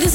This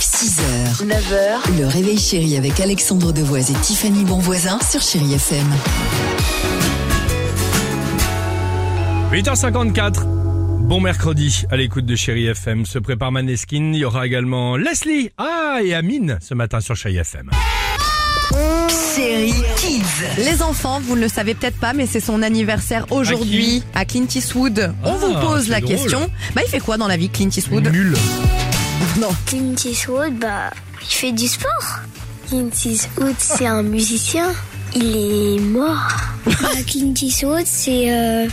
6h, 9h, le réveil chéri avec Alexandre Devoise et Tiffany Bonvoisin sur Chérie FM. 8h54. Bon mercredi à l'écoute de Chéri FM. Se prépare Maneskin. Il y aura également Leslie. Ah, et Amine ce matin sur Chéri FM. Chérie Kids. Les enfants, vous ne le savez peut-être pas, mais c'est son anniversaire aujourd'hui à, Clint Eastwood. On Ah, vous pose la c'est drôle. question. Bah, il fait quoi dans la vie, Clint Eastwood Une mule. Non. Clint Eastwood, bah, il fait du sport. Clint Eastwood, c'est un musicien. Il est mort. Bah, Clint Eastwood, c'est euh,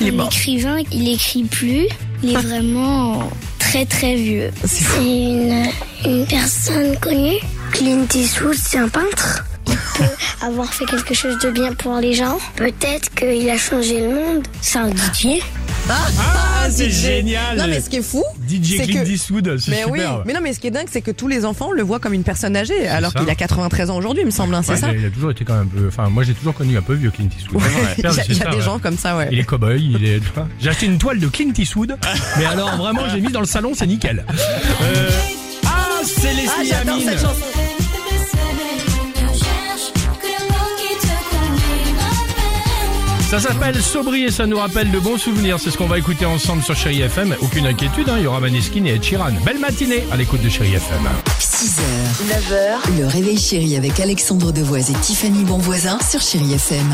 Il est un mort. écrivain. Il écrit plus. Il est vraiment très très vieux. Ah, C'est fou. une, personne connue. Clint Eastwood, c'est un peintre. Il peut avoir fait quelque chose de bien pour les gens. Peut-être qu'il a changé le monde. C'est un DJ. Ah, c'est génial. Non, mais ce qui est fou, DJ c'est Clint que. Eastwood, c'est Mais super. oui, mais non, mais ce qui est dingue, c'est que tous les enfants le voient comme une personne âgée, alors ça. qu'il a 93 ans aujourd'hui, il me semble, hein, c'est Ouais, ça Il a toujours été quand même un peu. Enfin, moi j'ai toujours connu un peu vieux Clint Eastwood. Il y a, il y a des gens comme ça, ouais. Il est cow-boy, il est. tu vois. J'ai acheté une toile de Clint Eastwood, mais alors vraiment, j'ai mis dans le salon, c'est nickel. Euh, ah, c'est Ah, Leslie j'adore Amine. cette chanson. Ça s'appelle Sobri et ça nous rappelle de bons souvenirs. C'est ce qu'on va écouter ensemble sur Chéri FM. Aucune inquiétude, hein, il y aura Maneskin et Ed Sheeran. Belle matinée à l'écoute de Chéri FM. 6h, 9h, le réveil chéri avec Alexandre Devoise et Tiffany Bonvoisin sur Chérie FM.